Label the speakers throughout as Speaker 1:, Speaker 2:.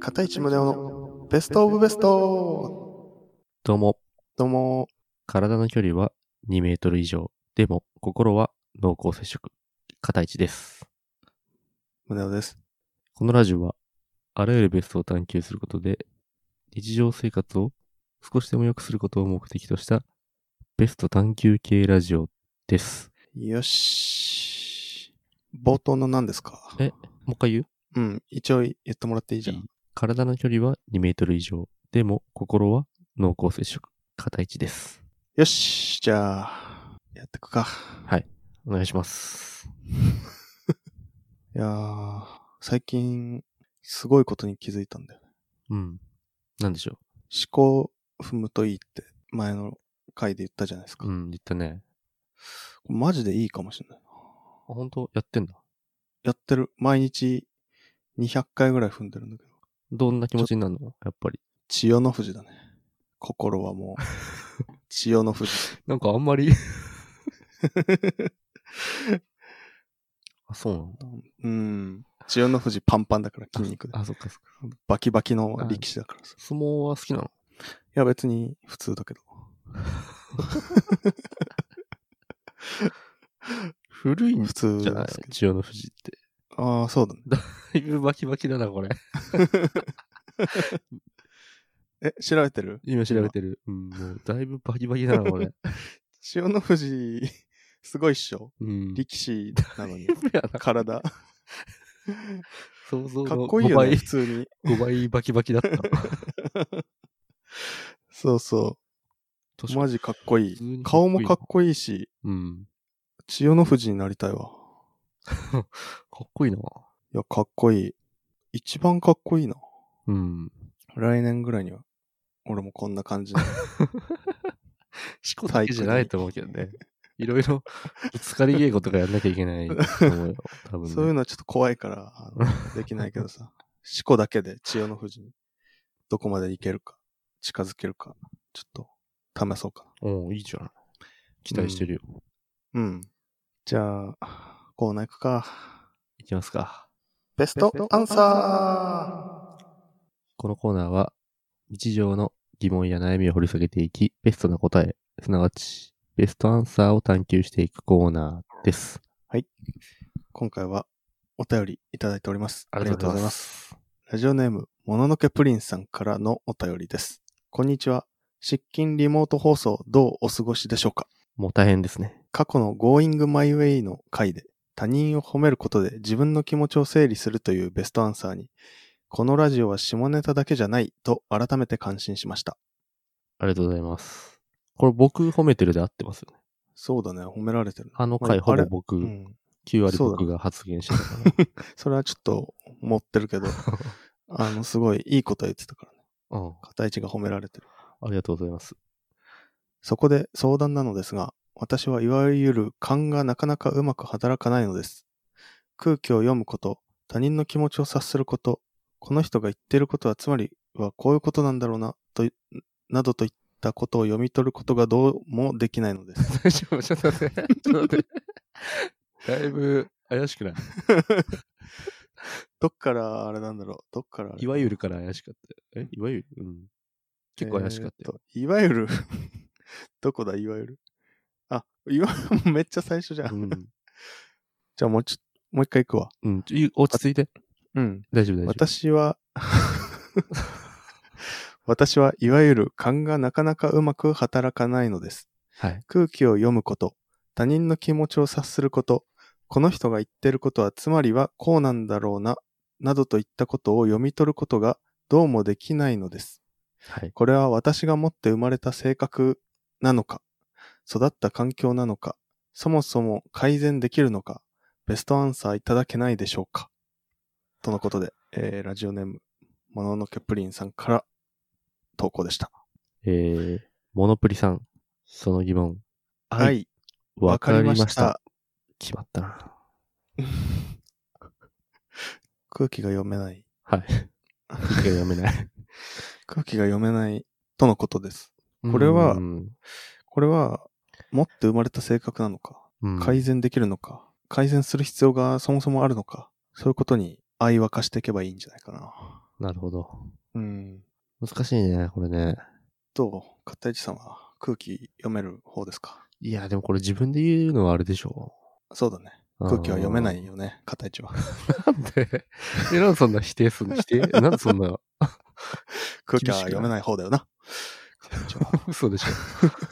Speaker 1: 片市宗男のベストオブベスト
Speaker 2: どうも、
Speaker 1: どうも、
Speaker 2: 体の距離は2メートル以上。でも、心は濃厚接触。片一です。
Speaker 1: 宗男です。
Speaker 2: このラジオは、あらゆるベストを探求することで、日常生活を少しでも良くすることを目的とした、ベスト探求系ラジオです。
Speaker 1: よし。冒頭の何ですか
Speaker 2: えもう一回言う
Speaker 1: うん、一応言ってもらっていいじゃん。
Speaker 2: 体の距離は2メートル以上。でも、心は濃厚接触。片一です。
Speaker 1: よし、じゃあ、やってくか。
Speaker 2: お願いします。
Speaker 1: いやー、最近、すごいことに気づいたんだよ。
Speaker 2: うん。なんでしょ
Speaker 1: 思考踏むといいって、前の回で言ったじゃないですか。
Speaker 2: ううん、言ったね。
Speaker 1: マジでいいかもしれない。
Speaker 2: あ、本当やってんだ。
Speaker 1: やってる。毎日、200回ぐらい踏んでるんだけど。
Speaker 2: どんな気持ちになるのやっぱり。
Speaker 1: 千代の富士だね。心はもう、 千代の富士。
Speaker 2: なんかあんま りあ、そうなんだ。
Speaker 1: うん。千代の富士パンパンだから筋肉で。
Speaker 2: あ、そっかそっか。
Speaker 1: バキバキの力士だからさ。
Speaker 2: 相撲は好きなの
Speaker 1: いや別に普通だけど。
Speaker 2: 古いん
Speaker 1: 普通
Speaker 2: じゃない
Speaker 1: ですけど。
Speaker 2: 千代の富士って。
Speaker 1: ああ、そうだね。
Speaker 2: だいぶバキバキだな、これ。
Speaker 1: え、調べてる
Speaker 2: 今調べてる。うん、もうだいぶバキバキだな、これ。
Speaker 1: 千代の富士、 すごいっしょ
Speaker 2: うん。
Speaker 1: 力士な のに。
Speaker 2: やな
Speaker 1: 体。か
Speaker 2: 想像
Speaker 1: っ
Speaker 2: の
Speaker 1: こいいよ
Speaker 2: 5
Speaker 1: ね、
Speaker 2: 倍
Speaker 1: 普、通に。
Speaker 2: 5倍バキ バキだった。
Speaker 1: そうそ
Speaker 2: 確
Speaker 1: う。
Speaker 2: か
Speaker 1: マジかっこい
Speaker 2: 普通
Speaker 1: い。
Speaker 2: にかっこいい
Speaker 1: 顔もかっこいいし、
Speaker 2: うん。
Speaker 1: 千代の富士になりたいわ。
Speaker 2: かっこいいな。
Speaker 1: いや、かっこいい。一番かっこいいな。
Speaker 2: うん。
Speaker 1: 来年ぐらいには、俺もこんな感じで。
Speaker 2: しこだけじゃないと思うけど ね。いろいろ、ぶつかり稽古とかやんなきゃいけないと思うよ。多分、ね。
Speaker 1: そういうのはちょっと怖いから、あ のできないけどさ。四股だけで千代の富士に、どこまで行けるか、近づけるか、ちょっと、試そうか
Speaker 2: おおいいじゃん。期待してるよ。
Speaker 1: な。うん。じゃあ、コーナー行くか。
Speaker 2: いきますか。
Speaker 1: ベストアンサー
Speaker 2: このコーナーは、日常の疑問や悩みを掘り下げていき、ベストな答え、すなわち、ベストアンサーを探求していくコーナーです。
Speaker 1: 今回は、お便りいただいております。ありがとうございます。
Speaker 2: す。
Speaker 1: ラジオネーム、もののけプリンさんからのお便りです。こんにちは。失勤リモート放送、どうお過ごしでしょうか
Speaker 2: もう大変ですね。
Speaker 1: 過去の Going My Way の回で他人を褒めることで自分の気持ちを整理するというベストアンサーに、このラジオは下ネタだけじゃないと改めて感心しました。
Speaker 2: ありがとうございます。これ僕褒めてるで合ってますよね。
Speaker 1: そうだね、褒められてるね。
Speaker 2: あの回
Speaker 1: まあ
Speaker 2: ほ
Speaker 1: あれ
Speaker 2: ぼ僕、
Speaker 1: うん。
Speaker 2: 9割
Speaker 1: そうだ
Speaker 2: 僕が発言してたか
Speaker 1: それはちょっと持ってるけ ど、あの、すごいいいこと言ってたからね。
Speaker 2: ら。 うん。
Speaker 1: 片一が褒められてる。
Speaker 2: ありがとうございます。
Speaker 1: そこで相談なのですが、私はいわゆる勘がなかなかうまく働かないのです。空気を読むこと、他人の気持ちを察すること、この人が言っていることはつまりはこういうことなんだろうな、とい、などといったことを読み取ることがどうもできないの です。
Speaker 2: 大丈夫ちょっと待って。ちょっと待って。だいぶ怪しくない
Speaker 1: どっからあれなんだろうどっからあれ
Speaker 2: いわゆるから怪しかったよ。えいわゆるうん。結構怪しかったよ。
Speaker 1: えーといわゆる、 どこだいわゆる。あ、いわ、 めっちゃ最初じゃん。
Speaker 2: うん
Speaker 1: じゃあもうちょ、もう一回行くわ。
Speaker 2: うん。ちょい落ち着いて。
Speaker 1: うん。
Speaker 2: 大丈夫、大丈夫。
Speaker 1: 私は、 私はいわゆる勘がなかなかうまく働かないのです。
Speaker 2: はい。
Speaker 1: 空気を読むこと、他人の気持ちを察すること、この人が言ってることはつまりはこうなんだろうな、などといったことを読み取ることがどうもできないのです。
Speaker 2: はい。
Speaker 1: これは私が持って生まれた性格なのか、育った環境なのか、そもそも改善できるのか、ベストアンサーいただけないでしょうか。とのことで、えーラジオネーム、もののけプリンさんから投稿でした。
Speaker 2: えー、モノプリさん、その疑問。。
Speaker 1: はいい、
Speaker 2: わかりました。
Speaker 1: わか
Speaker 2: 決まったな。
Speaker 1: りました。 空気が読めない。
Speaker 2: はい。一回読めない。
Speaker 1: 空気が読めないとのことです。 これは
Speaker 2: うん、
Speaker 1: これは、持って生まれた性格なのか、
Speaker 2: うん
Speaker 1: 改善できるのか、改善する必要がそもそもあるのか、そういうことに愛沸かしていけばいいんじゃないかな。
Speaker 2: なるほど。
Speaker 1: うん。
Speaker 2: 難しいね、これね。
Speaker 1: どう片市さんは空気読める方ですか
Speaker 2: いや、でもこれ自分で言うのはあれでしょ。
Speaker 1: そうだね。空気は読めな
Speaker 2: うん
Speaker 1: いよね、片市 は。
Speaker 2: なんで、 え、なんでそんな否定すんの否定なんでそんな、
Speaker 1: 空気は読めない方だよな。片市は。
Speaker 2: 嘘でしょ。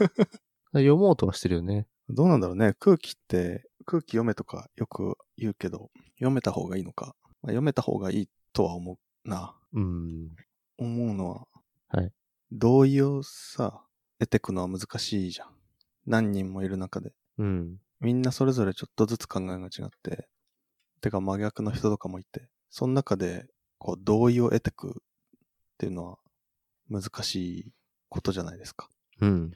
Speaker 2: 読もうとはしてるよね。
Speaker 1: どうなんだろうね。空気って、空気読めとかよく言うけど、読めた方がいいのか。まあ、読めた方がいいとは思うな。
Speaker 2: うん。
Speaker 1: 思うのは、
Speaker 2: はい
Speaker 1: 同意をさ、得てくのは難しいじゃん。何人もいる中で。
Speaker 2: うん。
Speaker 1: みんなそれぞれちょっとずつ考えが違って、てか真逆の人とかもいて、その中で、こう、同意を得てくっていうのは難しいことじゃないですか。
Speaker 2: うん。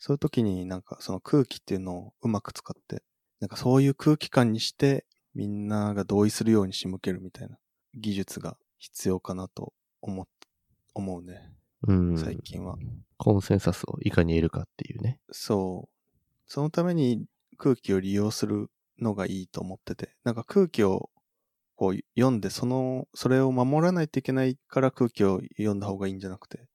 Speaker 1: そういう時になんかその空気っていうのをうまく使って、なんかそういう空気感にしてみんなが同意するように仕向けるみたいな技術が必要かなと思っ、思うね。
Speaker 2: うん。
Speaker 1: 最近は。
Speaker 2: コンセンサスをいかに得るかっていうね。
Speaker 1: そう。そのために空気を利用するのがいいと思ってて、なんか空気をこう読んで、その、それを守らないといけないから空気を読んだ方がいいんじゃなくて、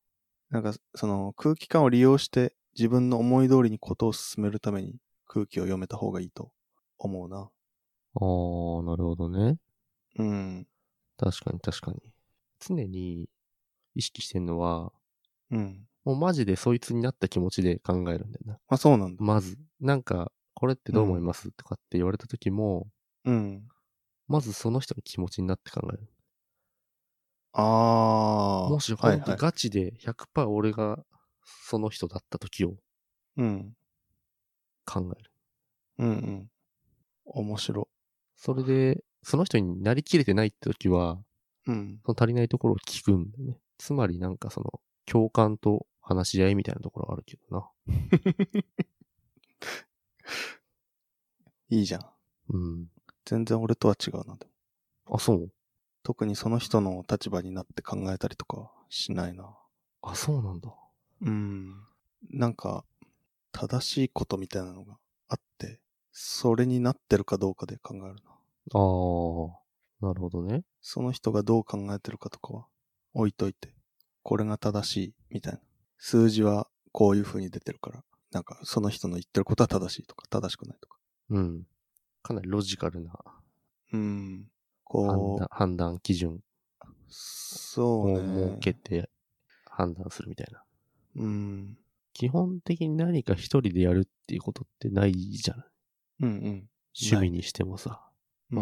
Speaker 1: なんかその空気感を利用して自分の思い通りにことを進めるために空気を読めた方がいいと思うな。
Speaker 2: ああ、なるほどね。
Speaker 1: うん。
Speaker 2: 確かに確かに。常に意識してるのは、
Speaker 1: うん。
Speaker 2: もうマジでそいつになった気持ちで考えるんだよな。
Speaker 1: まあそうなんだ。
Speaker 2: まず、なんか、これってどう思います、とかって言われた時も、
Speaker 1: うん。
Speaker 2: まずその人の気持ちになって考える。
Speaker 1: ああ。
Speaker 2: もし
Speaker 1: は
Speaker 2: 本
Speaker 1: い
Speaker 2: 当
Speaker 1: はい
Speaker 2: に。ガチで100%俺がその人だった時を
Speaker 1: うん。
Speaker 2: 考える。
Speaker 1: うんうん。面白。
Speaker 2: それで、その人になりきれてないって時は、
Speaker 1: うん。
Speaker 2: その足りないところを聞くんだよね。つまりなんかその共感と話し合いみたいなところはあるけどな。
Speaker 1: いいじゃん。
Speaker 2: うん。
Speaker 1: 全然俺とは違うな。
Speaker 2: あ、そう。
Speaker 1: 特にその人の立場になって考えたりとかしないな。
Speaker 2: あ、そうなんだ。
Speaker 1: うん。なんか、正しいことみたいなのがあって、それになってるかどうかで考えるな。
Speaker 2: ああ、なるほどね。
Speaker 1: その人がどう考えてるかとかは置いといて、これが正しいみたいな。数字はこういう風に出てるから、なんかその人の言ってることは正しいとか、正しくないとか。
Speaker 2: うん。かなりロジカルな
Speaker 1: うん。
Speaker 2: 判
Speaker 1: こ
Speaker 2: 断判断基準
Speaker 1: う、そう
Speaker 2: を
Speaker 1: ね。
Speaker 2: 設けて判断するみたいな。
Speaker 1: うん。
Speaker 2: 基本的に何か一人でやるっていうことってないじゃん。
Speaker 1: うんうん。
Speaker 2: 趣味にしてもさ、ま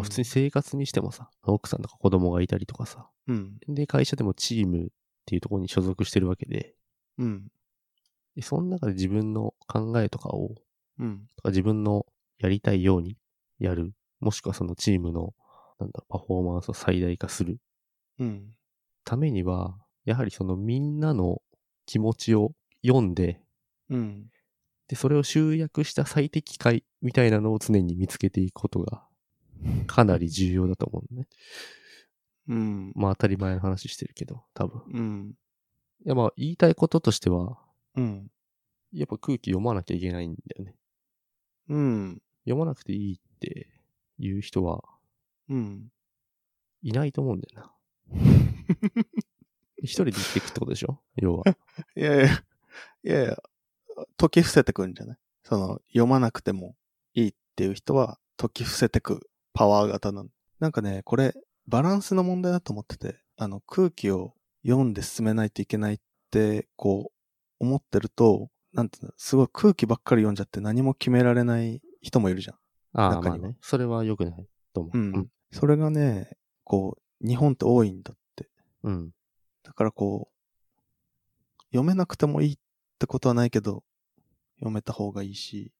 Speaker 1: う
Speaker 2: あ
Speaker 1: ん
Speaker 2: 普通に。生活にしてもさ、奥さんとか子供がいたりとかさ、
Speaker 1: うん。
Speaker 2: で、会社でもチームっていうところに所属してるわけで、
Speaker 1: うん。
Speaker 2: でその中で自分の考えとかを、
Speaker 1: うん。
Speaker 2: とか自分のやりたいようにやる、もしくはそのチームの、なんだろう、パフォーマンスを最大化する
Speaker 1: うん。
Speaker 2: ためには、やはりそのみんなの気持ちを読んで、
Speaker 1: うん。
Speaker 2: で、それを集約した最適解みたいなのを常に見つけていくこと が、かなり重要だと思うのね。
Speaker 1: うん。
Speaker 2: まあ当たり前の話してるけど、多分。
Speaker 1: うん。
Speaker 2: いやまあ言いたいこととしては、
Speaker 1: うん。
Speaker 2: やっぱ空気読まなきゃいけないんだよね。
Speaker 1: うん。
Speaker 2: 読まなくていいっていう人は
Speaker 1: うん。
Speaker 2: いないと思うんだ よな。一人で生きていくってことでしょ 要は。
Speaker 1: いやいや、いやいや、解き伏せてくんじゃないその、読まなくてもいいっていう人は、解き伏せてくパワー型なの。なんかね、これ、バランスの問題だと思ってて、あの、空気を読んで進めないといけないって、こう、思ってると、なんていうの、すごい空気ばっかり読んじゃって何も決められない人もいるじゃん。
Speaker 2: ああ、
Speaker 1: 中
Speaker 2: まあ
Speaker 1: には
Speaker 2: ね。それは良くないと思う。
Speaker 1: うん。それがね、こう、日本って多いんだって。
Speaker 2: うん。うん。
Speaker 1: だからこう、読めなくてもいいってことはないけど、読めた方がいいし、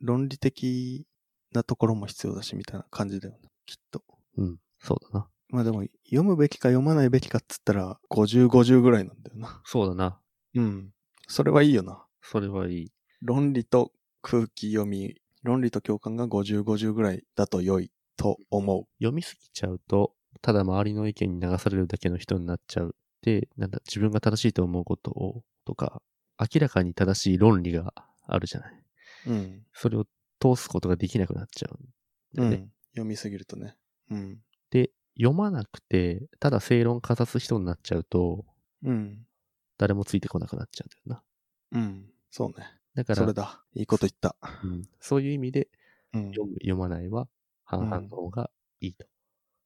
Speaker 1: 論理的なところも必要だし、みたいな感じだよね。きっと。
Speaker 2: うん。そうだな。
Speaker 1: まあでも、読むべきか読まないべきかっつったら、50、50ぐらいなんだよな。
Speaker 2: そうだな。
Speaker 1: うん。それはいいよな。
Speaker 2: それはいい。
Speaker 1: 論理と空気読み、論理と共感が50、50ぐらいだと良いと思う。
Speaker 2: 読みすぎちゃうと、ただ周りの意見に流されるだけの人になっちゃう。で、なんだ、自分が正しいと思うことを、とか、明らかに正しい論理があるじゃない。
Speaker 1: うん。
Speaker 2: それを通すことができなくなっちゃうんだ
Speaker 1: う
Speaker 2: よね。
Speaker 1: ん。読みすぎるとね。うん。
Speaker 2: 読まなくて、ただ正論かざす人になっちゃうと、
Speaker 1: うん。
Speaker 2: 誰もついてこなくなっちゃうんだよな。
Speaker 1: うん。そうね。
Speaker 2: だから、
Speaker 1: それだ。いいこと言った。
Speaker 2: うんそういう意味で、
Speaker 1: うん。
Speaker 2: 読む、読まないは、半々の方がいいと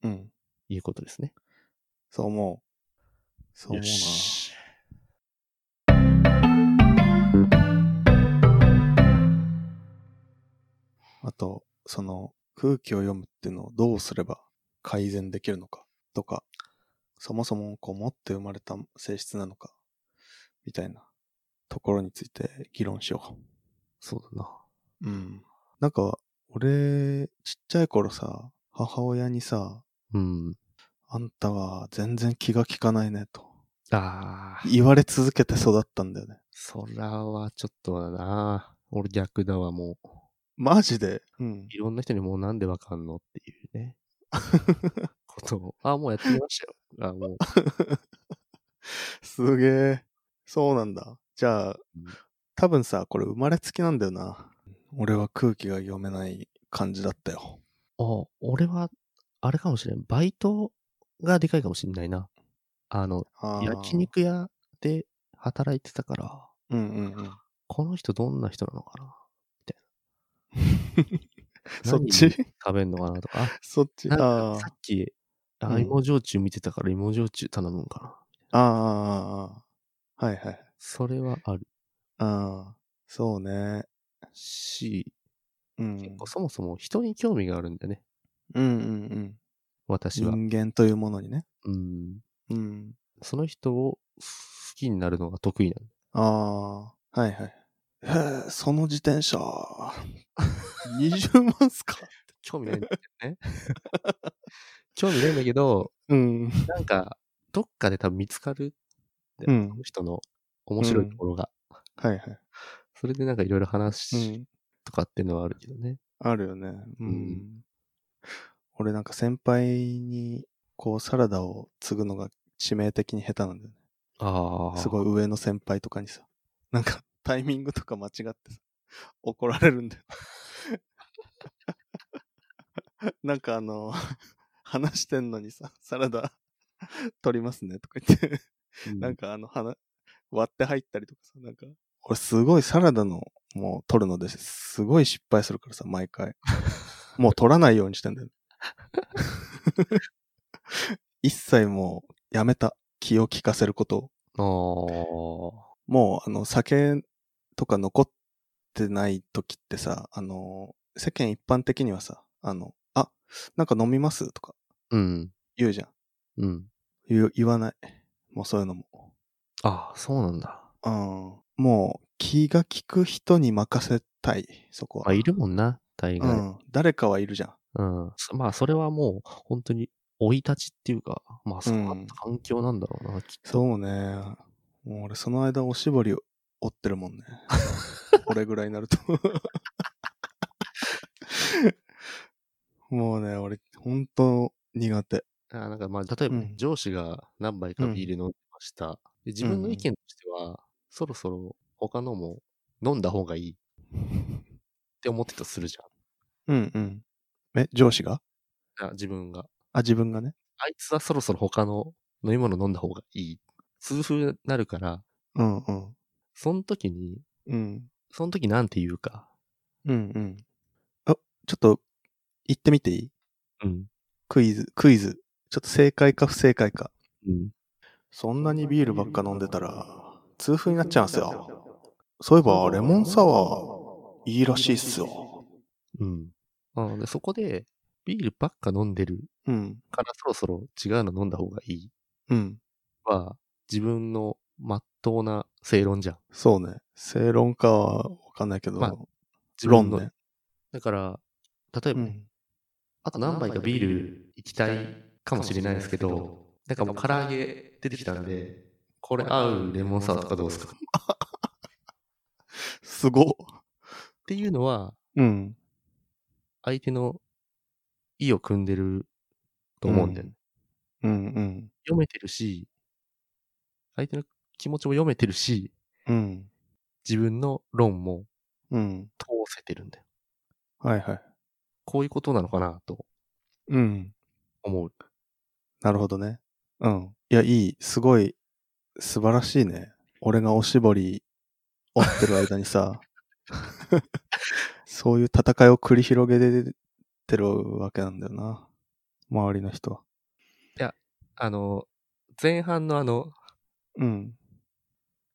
Speaker 1: うん。
Speaker 2: いうことですね。
Speaker 1: そう思う。そう思う
Speaker 2: よ
Speaker 1: な。
Speaker 2: し
Speaker 1: あと、その空気を読むっていうのをどうすれば改善できるのかとか、そもそもこう持って生まれた性質なのか、みたいなところについて議論しよ
Speaker 2: そうだな。
Speaker 1: う。うん。なんか、俺、ちっちゃい頃さ、母親にさ、
Speaker 2: うん。
Speaker 1: あんたは全然気が利かないねと
Speaker 2: ああ、
Speaker 1: 言われ続けて育ったんだよね。
Speaker 2: そらはちょっとだな。俺逆だわ、もう。
Speaker 1: マジで。うん
Speaker 2: い。ろんな人にもうなんでわかんのっていう ね。ことを。ああ、もうやってみましたよ。ああ、もう。
Speaker 1: すげえ。そうなんだ。じゃあ
Speaker 2: うん、
Speaker 1: 多分さ、これ生まれつきなんだよな。俺は空気が読めない感じだったよ。
Speaker 2: あ俺は、あれかもしれん。バイトがでかいかもしれないな。あの、
Speaker 1: あー
Speaker 2: 焼。肉屋で働いてたから、
Speaker 1: うんうんうん。
Speaker 2: この人どんな人なのかな
Speaker 1: そっち
Speaker 2: 食べんのかなとか。
Speaker 1: そっち
Speaker 2: あ、なん
Speaker 1: あ
Speaker 2: か
Speaker 1: ー
Speaker 2: さっき、
Speaker 1: う
Speaker 2: あ、
Speaker 1: ん
Speaker 2: 芋焼酎見てたから芋焼酎頼むんかな。
Speaker 1: あー。はいはい。
Speaker 2: それはある
Speaker 1: ああ。そうね。
Speaker 2: し、
Speaker 1: うん。
Speaker 2: 結構そもそも人に興味があるんだよね。
Speaker 1: うんうん
Speaker 2: 私
Speaker 1: う
Speaker 2: は。
Speaker 1: ん。人間というものにね。
Speaker 2: うん。
Speaker 1: うん。
Speaker 2: その人を好きになるのが得意なんだ。
Speaker 1: ああ。はいはい。へえ、その自転車、20万っすか
Speaker 2: 興味ないんだよね。 興味ないんだけど、
Speaker 1: うん。
Speaker 2: なんか、どっかで多分見つかる。
Speaker 1: うん
Speaker 2: その人の面白いところが。
Speaker 1: はいはい。
Speaker 2: それでなんかいろいろ
Speaker 1: う
Speaker 2: 話
Speaker 1: ん。
Speaker 2: とかっていうのはあるけどね。
Speaker 1: あるよね。うん。
Speaker 2: うん
Speaker 1: 俺なんか先輩に、こうサラダを継ぐのが致命的に下手なんだよね。
Speaker 2: ああ。
Speaker 1: すごい上の先輩とかにさ、なんかタイミングとか間違ってさ、怒られるんだよ。 なんかあの、話してんのにさ、サラダ取りますねとか言って、
Speaker 2: うん。
Speaker 1: なんかあの、花、割って入ったりとかさ、なんか、俺すごいサラダの、もう取るのです、すごい失敗するからさ、毎 回。もう取らないようにしてんだよ。一切もうやめた。気を利かせることを。
Speaker 2: ああ。
Speaker 1: もう、あの、酒とか残ってない時ってさ、あの、世間一般的にはさ、あの、あ、なんか飲みますとか
Speaker 2: うん。
Speaker 1: 言うじゃん。
Speaker 2: うん。
Speaker 1: 言う言わない。もうそういうのも。
Speaker 2: ああ、そうなんだ。
Speaker 1: うんもう気が利く人に任せたい、そこは。
Speaker 2: あ、いるもんな、大
Speaker 1: う
Speaker 2: 概。
Speaker 1: ん。誰かはいるじゃん。
Speaker 2: うん。そまあ、それはもう、本当に、生い立ちっていうか、まあ、そうなった環境なんだろうな、きっと。
Speaker 1: そうね。もう俺その間おしぼりを折ってるもん ね。俺ぐらいになると。もうね、俺、本当苦手。
Speaker 2: あなんか、まあ、例えばね、
Speaker 1: うん
Speaker 2: 上司が何杯かビール飲んでました。で自分の意見としては、そろそろ他のも飲んだ方がいいって思ってたとするじ
Speaker 1: うんうん。え、上司が
Speaker 2: ゃん。あ自分が。
Speaker 1: あ、自分がね。
Speaker 2: あいつはそろそろ他の飲み物飲んだ方がいい。痛風になるから、
Speaker 1: うんうん。
Speaker 2: その時に、
Speaker 1: うん。
Speaker 2: その時なんて言うか。
Speaker 1: うんうん。あ、ちょっと、言ってみていい
Speaker 2: うん。
Speaker 1: クイズ、クイズ。ちょっと正解か不正解か。
Speaker 2: うん。
Speaker 1: そんなにビールばっか飲んでたら、痛風になっちゃうんすよ。そういえば、レモンサワー、いいらしいっすよ。
Speaker 2: うん。なので、そこで、ビールばっか飲んでる
Speaker 1: うん、
Speaker 2: からそろそろ違うの飲んだ方がいい
Speaker 1: うん。
Speaker 2: は、自分の真っ当な正論じゃん。
Speaker 1: そうね。正論かはわかんないけど、
Speaker 2: まあ自分
Speaker 1: 論
Speaker 2: の。
Speaker 1: ね。
Speaker 2: だから、例えば、
Speaker 1: うん。
Speaker 2: あと何杯かビール行きたいかもしれないですけど、なんかもう唐揚げ出てきたんで、これ合うレモンサワーとかどうですかっ
Speaker 1: すごっ。
Speaker 2: ていうのは、
Speaker 1: うん。
Speaker 2: 相手の意を組んでると思うんだよね。
Speaker 1: うん、うん。
Speaker 2: 読めてるし、相手の気持ちも読めてるし、
Speaker 1: うん。
Speaker 2: 自分の論も
Speaker 1: うん。
Speaker 2: 通せてるんだよ。
Speaker 1: はいはい。
Speaker 2: こういうことなのかなと
Speaker 1: うん。
Speaker 2: 思う。
Speaker 1: なるほどね。うん。いや、いい。すごい、素晴らしいね。俺がおしぼり折ってる間に さ、そういう戦いを繰り広げてるわけなんだよな。周りの人は。
Speaker 2: あの、前半のあの、
Speaker 1: うん。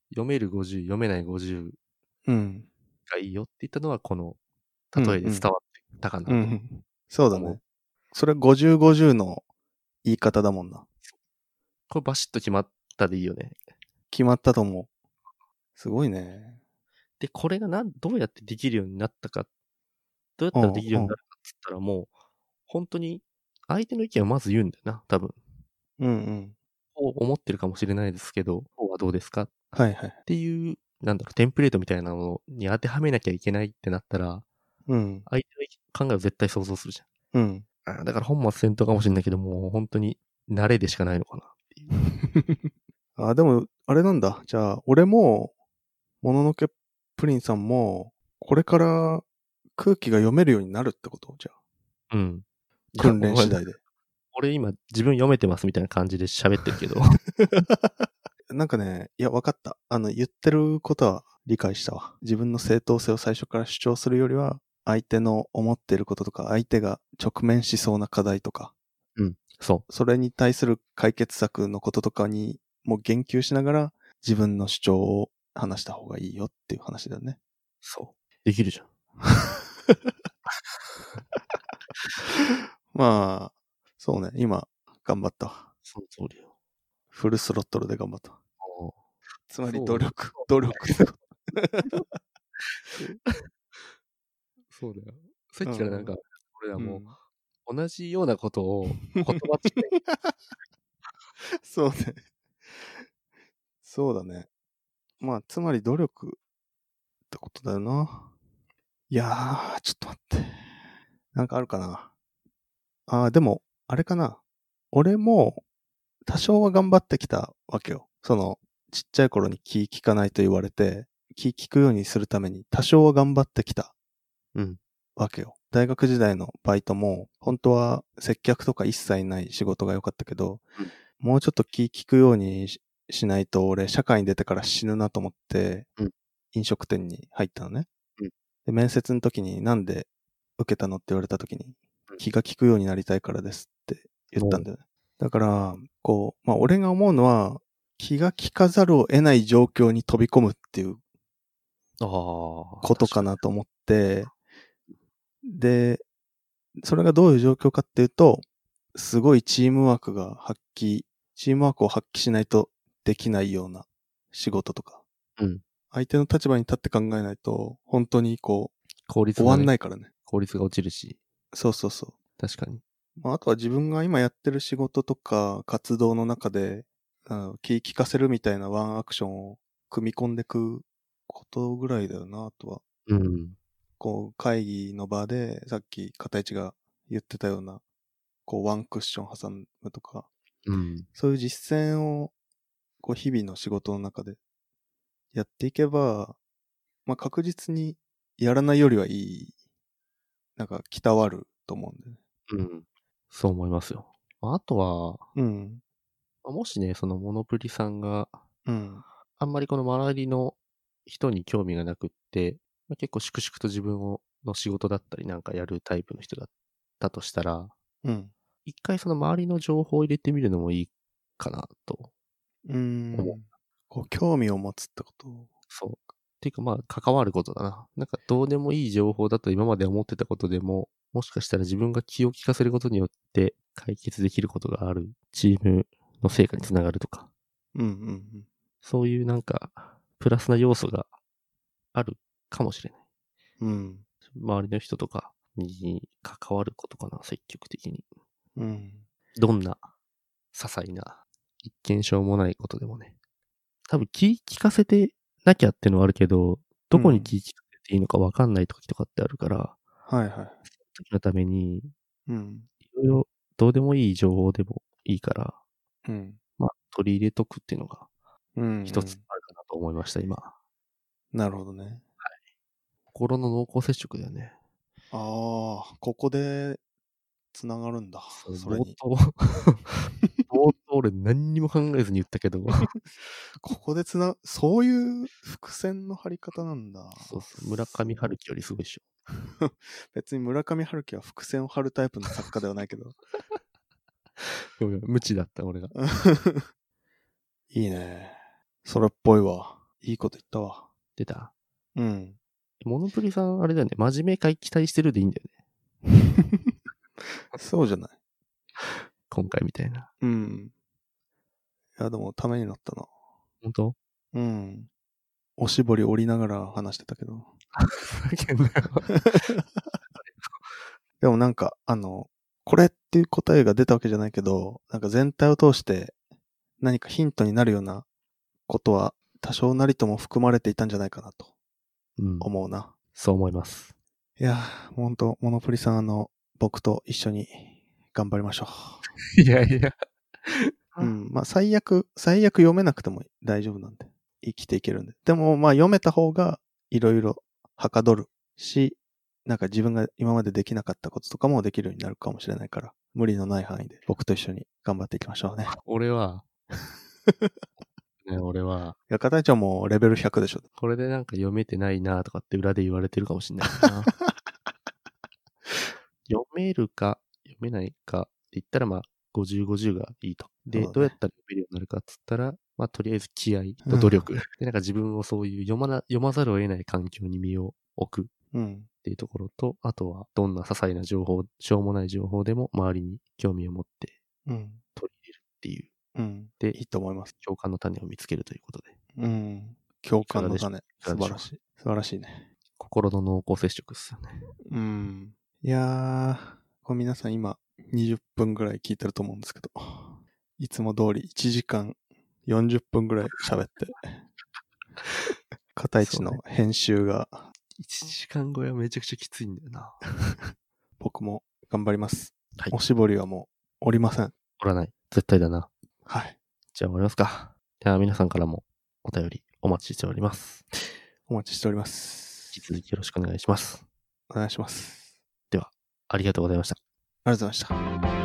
Speaker 2: 読める50、読めない50
Speaker 1: うん。
Speaker 2: がいいよって言ったのは、この、例えで伝わってたかなと。
Speaker 1: うん。そうだ
Speaker 2: 思
Speaker 1: ね
Speaker 2: う。
Speaker 1: それ50、50の言い方だもんな。
Speaker 2: これバシッと決まったでいいよね。
Speaker 1: 決まったと思う。すごいね。
Speaker 2: で、これがなん、どうやってできるようになったか、どうやったらできるようになるかっつったらもう、本当に相手の意見をまず言うんだよな、多分。
Speaker 1: うんうん。
Speaker 2: こう思ってるかもしれないですけど、こうはどうですかっ
Speaker 1: はいはい。
Speaker 2: ていう、なんだろう、テンプレートみたいなのに当てはめなきゃいけないってなったら、
Speaker 1: うん。
Speaker 2: 相手の考えを絶対想像するじ
Speaker 1: うん。
Speaker 2: ゃん。あーだから本末転倒かもしれないけど、もう本当に慣れでしかないのかな。
Speaker 1: あ、でも、あれなんだ。じゃあ、俺も、もののけプリンさんも、これから空気が読めるようになるってことじゃ
Speaker 2: うん。
Speaker 1: あ、 訓練次第で。
Speaker 2: 俺今自分読めてますみたいな感じで喋って るけど、
Speaker 1: なんかね、いや、わかった。あの、言ってることは理解したわ。自分の正当性を最初から主張するよりは、相手の思ってることとか、相手が直面しそうな課題とか、
Speaker 2: そう。
Speaker 1: それに対する解決策のこととかにも言及しながら、自分の主張を話した方がいいよっていう話だね。
Speaker 2: そう。できるじゃん。
Speaker 1: まあ、そうね、今、頑張ったわ。
Speaker 2: その通りよ。
Speaker 1: フルスロットルで頑張ったわ。つまり努力
Speaker 2: そう、
Speaker 1: 努力ってこと。
Speaker 2: そうだよ。さっきからなんか、俺ら
Speaker 1: う
Speaker 2: も
Speaker 1: ん
Speaker 2: 同じようなことを言葉 つけて
Speaker 1: そうね。 そうだね。まあ、つまり努力ってことだよな。いやー、ちょっと待って。なんかあるかな。あー、でも、あれかな。俺も、多少は頑張ってきたわけよ。その、ちっちゃい頃に気聞かないと言われて、気聞くようにするために多少は頑張ってきた
Speaker 2: うん。
Speaker 1: わけよ。大学時代のバイトも、本当は接客とか一切ない仕事が良かったけど、もうちょっと気聞くようにししないと、俺、社会に出てから死ぬなと思って
Speaker 2: うん、
Speaker 1: 飲食店に入ったのね。
Speaker 2: うん
Speaker 1: で、面接の時に、なんで受けたのって言われた時に
Speaker 2: うん、
Speaker 1: 気が利くようになりたいからですって言ったんだよね。だから、こう、まあ、俺が思うのは、気が利かざるを得ない状況に飛び込むっていう
Speaker 2: ああ。
Speaker 1: ことかなと思って、で、それがどういう状況かっていうと、すごいチームワークが発揮、チームワークを発揮しないとできないような仕事とか、
Speaker 2: うん
Speaker 1: 相手の立場に立って考えないと、本当にこ
Speaker 2: 効
Speaker 1: う、
Speaker 2: 率
Speaker 1: 終
Speaker 2: が、。
Speaker 1: わんないいからね。
Speaker 2: 効率が落ちるし。
Speaker 1: そうそうそう。
Speaker 2: 確かに。
Speaker 1: まあ、あとは自分が今やってる仕事とか活動の中で、うん、気利かせるみたいなワンアクションを組み込んでくことぐらいだよな、とは
Speaker 2: うん。
Speaker 1: こう、会議の場で、さっき片市が言ってたような、こう、ワンクッション挟むとか、
Speaker 2: うん。
Speaker 1: そういう実践を、こう、日々の仕事の中でやっていけば、まあ、確実にやらないよりはいい、なんか、きたわると思うんだよね。
Speaker 2: うん。そう思いますよ。あとは、
Speaker 1: うん。
Speaker 2: もしね、そのモノプリさんが、
Speaker 1: うん。
Speaker 2: あんまりこの周りの人に興味がなくって、まあ、結構粛々と自分をの仕事だったりなんかやるタイプの人だったとしたら、
Speaker 1: うん。
Speaker 2: 一回その周りの情報を入れてみるのもいいかなと。
Speaker 1: う
Speaker 2: 思
Speaker 1: ん。こう、興味を持つってこと。
Speaker 2: そう。っていうかまあ関わることだな。なんかどうでもいい情報だと今まで思ってたことでも、もしかしたら自分が気を利かせることによって解決できることがあるチームの成果につながるとか、
Speaker 1: うんうんうん。
Speaker 2: そういうなんかプラスな要素があるかもしれない。
Speaker 1: うん。
Speaker 2: 周りの人とかに関わることかな、積極的に。
Speaker 1: うん。
Speaker 2: どんな些細な、一見しょうもないことでもね。多分気聞かせてなきゃってのはあるけど、どこに気聞かせていいのか分かんない時とかってあるから、
Speaker 1: はいはい。
Speaker 2: 時のために、い
Speaker 1: うん。
Speaker 2: ろいろどうでもいい情報でもいいから、
Speaker 1: うん。
Speaker 2: まあ取り入れとくっていうのが
Speaker 1: うん。
Speaker 2: 一つ。あるかなと思いました、今。
Speaker 1: なるほどね。
Speaker 2: 心の濃厚接触だよね。
Speaker 1: ああ、ここでつながるんだ。それ
Speaker 2: 冒
Speaker 1: に。
Speaker 2: 頭、冒頭俺何にも考えずに言ったけど、
Speaker 1: ここでつな、そういう伏線の張り方なんだ。
Speaker 2: そうそう村上春樹よりすごいっしょ。
Speaker 1: 別に村上春樹は伏線を張るタイプの作家ではない けど。
Speaker 2: ごめん 無知だった俺が。
Speaker 1: いいね。それっぽいわ。いいこと言ったわ。
Speaker 2: 出た
Speaker 1: うん。
Speaker 2: モノプリさん、あれだよね。真面目会期待してるでいいんだよね。
Speaker 1: そうじゃない。
Speaker 2: 今回みたいな。
Speaker 1: うん。いや、でもためになったな。
Speaker 2: 本当
Speaker 1: うん。おしぼり折りながら話してたけど。でもなんか、あの、これっていう答えが出たわけじゃないけど、なんか全体を通して何かヒントになるようなことは多少なりとも含まれていたんじゃないかなと
Speaker 2: うん。
Speaker 1: 思うな。
Speaker 2: そう思います。
Speaker 1: いやー、ほんと、モノプリさんあの、僕と一緒に頑張りましょ
Speaker 2: いやいや。
Speaker 1: う。うん。まあ最悪、最悪読めなくても大丈夫なんで、生きていけるんで。でもまあ読めた方がいろいろはかどるし、なんか自分が今までできなかったこととかもできるようになるかもしれないから、無理のない範囲で僕と一緒に頑張っていきましょう ね。
Speaker 2: 俺は、ね、俺は、
Speaker 1: いや、片井ちゃんもレベル100でしょ。
Speaker 2: これでなんか読めてないなとかって裏で言われてるかもしんないから な。読めるか、読めないかって言ったら、まあ、50、50がいいと。で、
Speaker 1: そうだね
Speaker 2: どうやったら読めるようになるかっつったら、まあ、とりあえず気合と努力。で、なんか自分をそういう読まな、読まざるを得ない環境に身を置く。
Speaker 1: うん。
Speaker 2: っていうところと、あとはどんな些細な情報、しょうもない情報でも周りに興味を持って
Speaker 1: うん。
Speaker 2: 取り入れるっていう、
Speaker 1: うん。
Speaker 2: で
Speaker 1: いいと思います。
Speaker 2: 共感の種を見つけるということで、
Speaker 1: うん。共感の種。
Speaker 2: いか
Speaker 1: 素
Speaker 2: が
Speaker 1: 晴
Speaker 2: でしょ
Speaker 1: ら
Speaker 2: う
Speaker 1: しい。素晴らしいね。
Speaker 2: 心の濃厚接触ですよね。
Speaker 1: うん。いやー、これ皆さん今20分ぐらい聞いてると思うんですけど、いつも通り1時間40分ぐらい喋って、片一の編集が
Speaker 2: 1時間後はめちゃくちゃきついんだよな。
Speaker 1: 僕も頑張ります。
Speaker 2: はい
Speaker 1: おしぼりはもうおりません。
Speaker 2: おらない。絶対だな。
Speaker 1: はい。
Speaker 2: じゃあ終わりますか。では皆さんからもお便りお待ちしております。
Speaker 1: お待ちしております。
Speaker 2: 引き続きよろしくお願いします。
Speaker 1: お願いします。
Speaker 2: ありがとうございました。
Speaker 1: ありがとうございました。